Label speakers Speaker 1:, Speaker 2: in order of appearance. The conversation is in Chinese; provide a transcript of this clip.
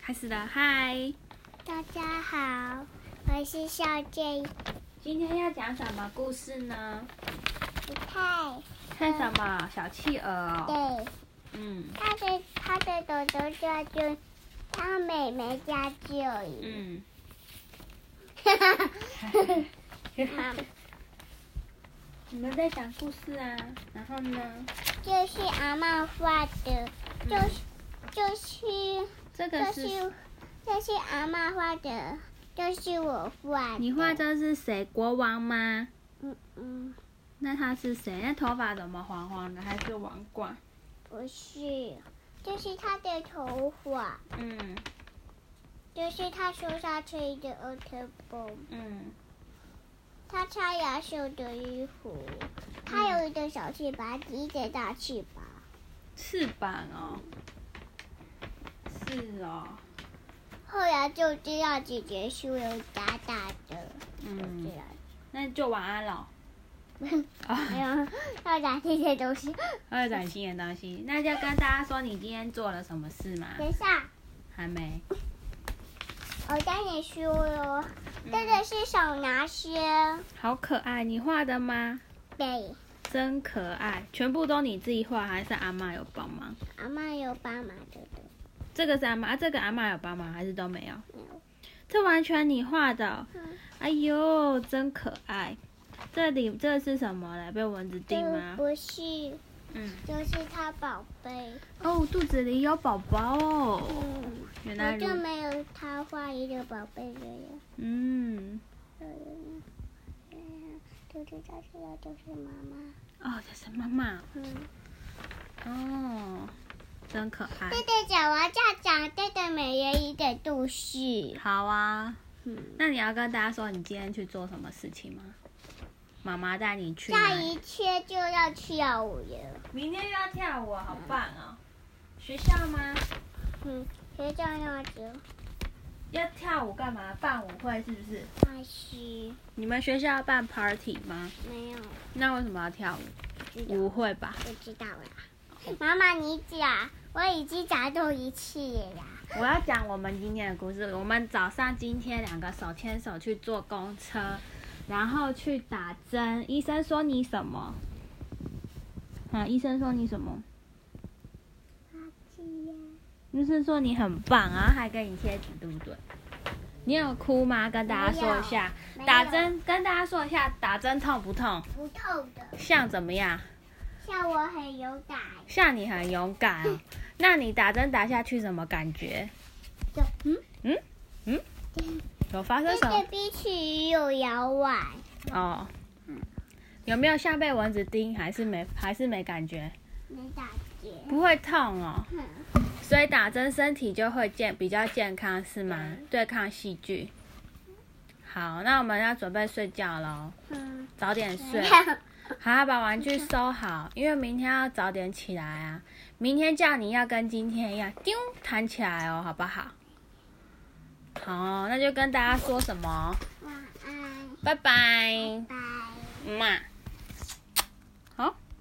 Speaker 1: 开始了，嗨！
Speaker 2: 大家好，我是小 J。
Speaker 1: 今天要讲什么故事呢？嗯
Speaker 2: 不太
Speaker 1: 看什么小企鹅哦？
Speaker 2: 对，
Speaker 1: 嗯
Speaker 2: 他的他的狗狗叫就他妹妹家就有。
Speaker 1: 嗯，
Speaker 2: 哈哈，
Speaker 1: 嗯
Speaker 2: 妈
Speaker 1: 你们在讲故事啊？然后呢？ 嗯
Speaker 2: 就是阿妈画的，就是就是
Speaker 1: 这个
Speaker 2: 就是是就是阿妈画的，就是我画的。
Speaker 1: 你画？的是谁？国王吗？
Speaker 2: 嗯嗯，
Speaker 1: 那他是谁？那头发怎么黄黄的？还是王冠？
Speaker 2: 不是，就是他的头发，
Speaker 1: 嗯
Speaker 2: 就是他手上吹的奥特风。
Speaker 1: 嗯
Speaker 2: 他穿牙兽的衣服，他有一个小翅膀，一个大翅膀。
Speaker 1: 翅膀哦，是哦，
Speaker 2: 后来就知道姐姐是有大大的，
Speaker 1: 嗯
Speaker 2: 这，样。
Speaker 1: 那就晚安了。
Speaker 2: 还有要拿这些东西。
Speaker 1: 还有崭新的东西，那就跟大家说你今天做了什么事吗？
Speaker 2: 等一下，
Speaker 1: 还没。
Speaker 2: 我跟你说哟，这
Speaker 1: 嗯
Speaker 2: 个是手拿靴，
Speaker 1: 好可爱，你画的吗？
Speaker 2: 对，
Speaker 1: 真可爱，全部都你自己画还是阿妈有帮忙？
Speaker 2: 阿妈有帮忙的的，
Speaker 1: 这个是阿妈、啊这个阿妈有帮忙还是都没有？
Speaker 2: 没有。
Speaker 1: 这完全你画的哦、
Speaker 2: 嗯
Speaker 1: 哎呦，真可爱。这里这是什么嘞？被蚊子叮
Speaker 2: 这
Speaker 1: 吗？
Speaker 2: 不是，
Speaker 1: 嗯。
Speaker 2: 就是他宝贝。
Speaker 1: 哦，肚子里有宝宝哦。
Speaker 2: 嗯，
Speaker 1: 原来
Speaker 2: 我就
Speaker 1: 如
Speaker 2: 没有他画一个宝贝的呀。
Speaker 1: 嗯，
Speaker 2: 嘟嘟大知道就是妈妈。
Speaker 1: 哦，这是妈妈
Speaker 2: 嗯，
Speaker 1: 哦，真可爱。
Speaker 2: 对对，讲完再讲对对美人鱼的故事。
Speaker 1: 好啊，
Speaker 2: 嗯，
Speaker 1: 那你要跟大家说你今天去做什么事情吗？妈妈带你去哪
Speaker 2: 下
Speaker 1: 里。
Speaker 2: 一切就要跳舞了。
Speaker 1: 明天又要跳舞，好棒哦！学校吗？
Speaker 2: 嗯，学长要子
Speaker 1: 要跳舞干嘛？办舞会是不是？
Speaker 2: 那是
Speaker 1: 你们学校要办 party 吗？
Speaker 2: 没有
Speaker 1: 那为什么要跳舞？
Speaker 2: 知道，
Speaker 1: 舞会吧。
Speaker 2: 我知道了。妈妈，你讲，我已经讲到一次了啦。
Speaker 1: 我要讲我们今天的故事。我们早上今天两个手牵手去坐公车，然后去打针。医生说你什么？啊，医生说你什么？医生说你很棒，然后还给你贴纸，对不对？你有哭吗？跟大家说一下。
Speaker 2: 没有
Speaker 1: 打针，跟大家说一下，打针痛不痛？
Speaker 2: 不痛的，
Speaker 1: 像怎么样？
Speaker 2: 像我很有胆。
Speaker 1: 像你很勇敢 哦。那你打针打下去什么感觉？
Speaker 2: 对，嗯，
Speaker 1: 有发生
Speaker 2: 这
Speaker 1: 什
Speaker 2: 个
Speaker 1: 么？
Speaker 2: 比起鱼有摇碗。
Speaker 1: 哦，有没有像被蚊子叮？还是没还是没感觉？
Speaker 2: 没打结。
Speaker 1: 不会痛哦。
Speaker 2: 嗯，
Speaker 1: 所以打针身体就会健比较健康是吗？对抗细菌。好，那我们要准备睡觉喽，
Speaker 2: 嗯，
Speaker 1: 早点
Speaker 2: 没
Speaker 1: 睡
Speaker 2: 有。
Speaker 1: 好好把玩具收好，因为明天要早点起来啊。明天叫你要跟今天一样，丢弹起来哦，好不好？好，那就跟大家说什么，
Speaker 2: 晚安，
Speaker 1: 拜拜，
Speaker 2: 拜。
Speaker 1: 嘛。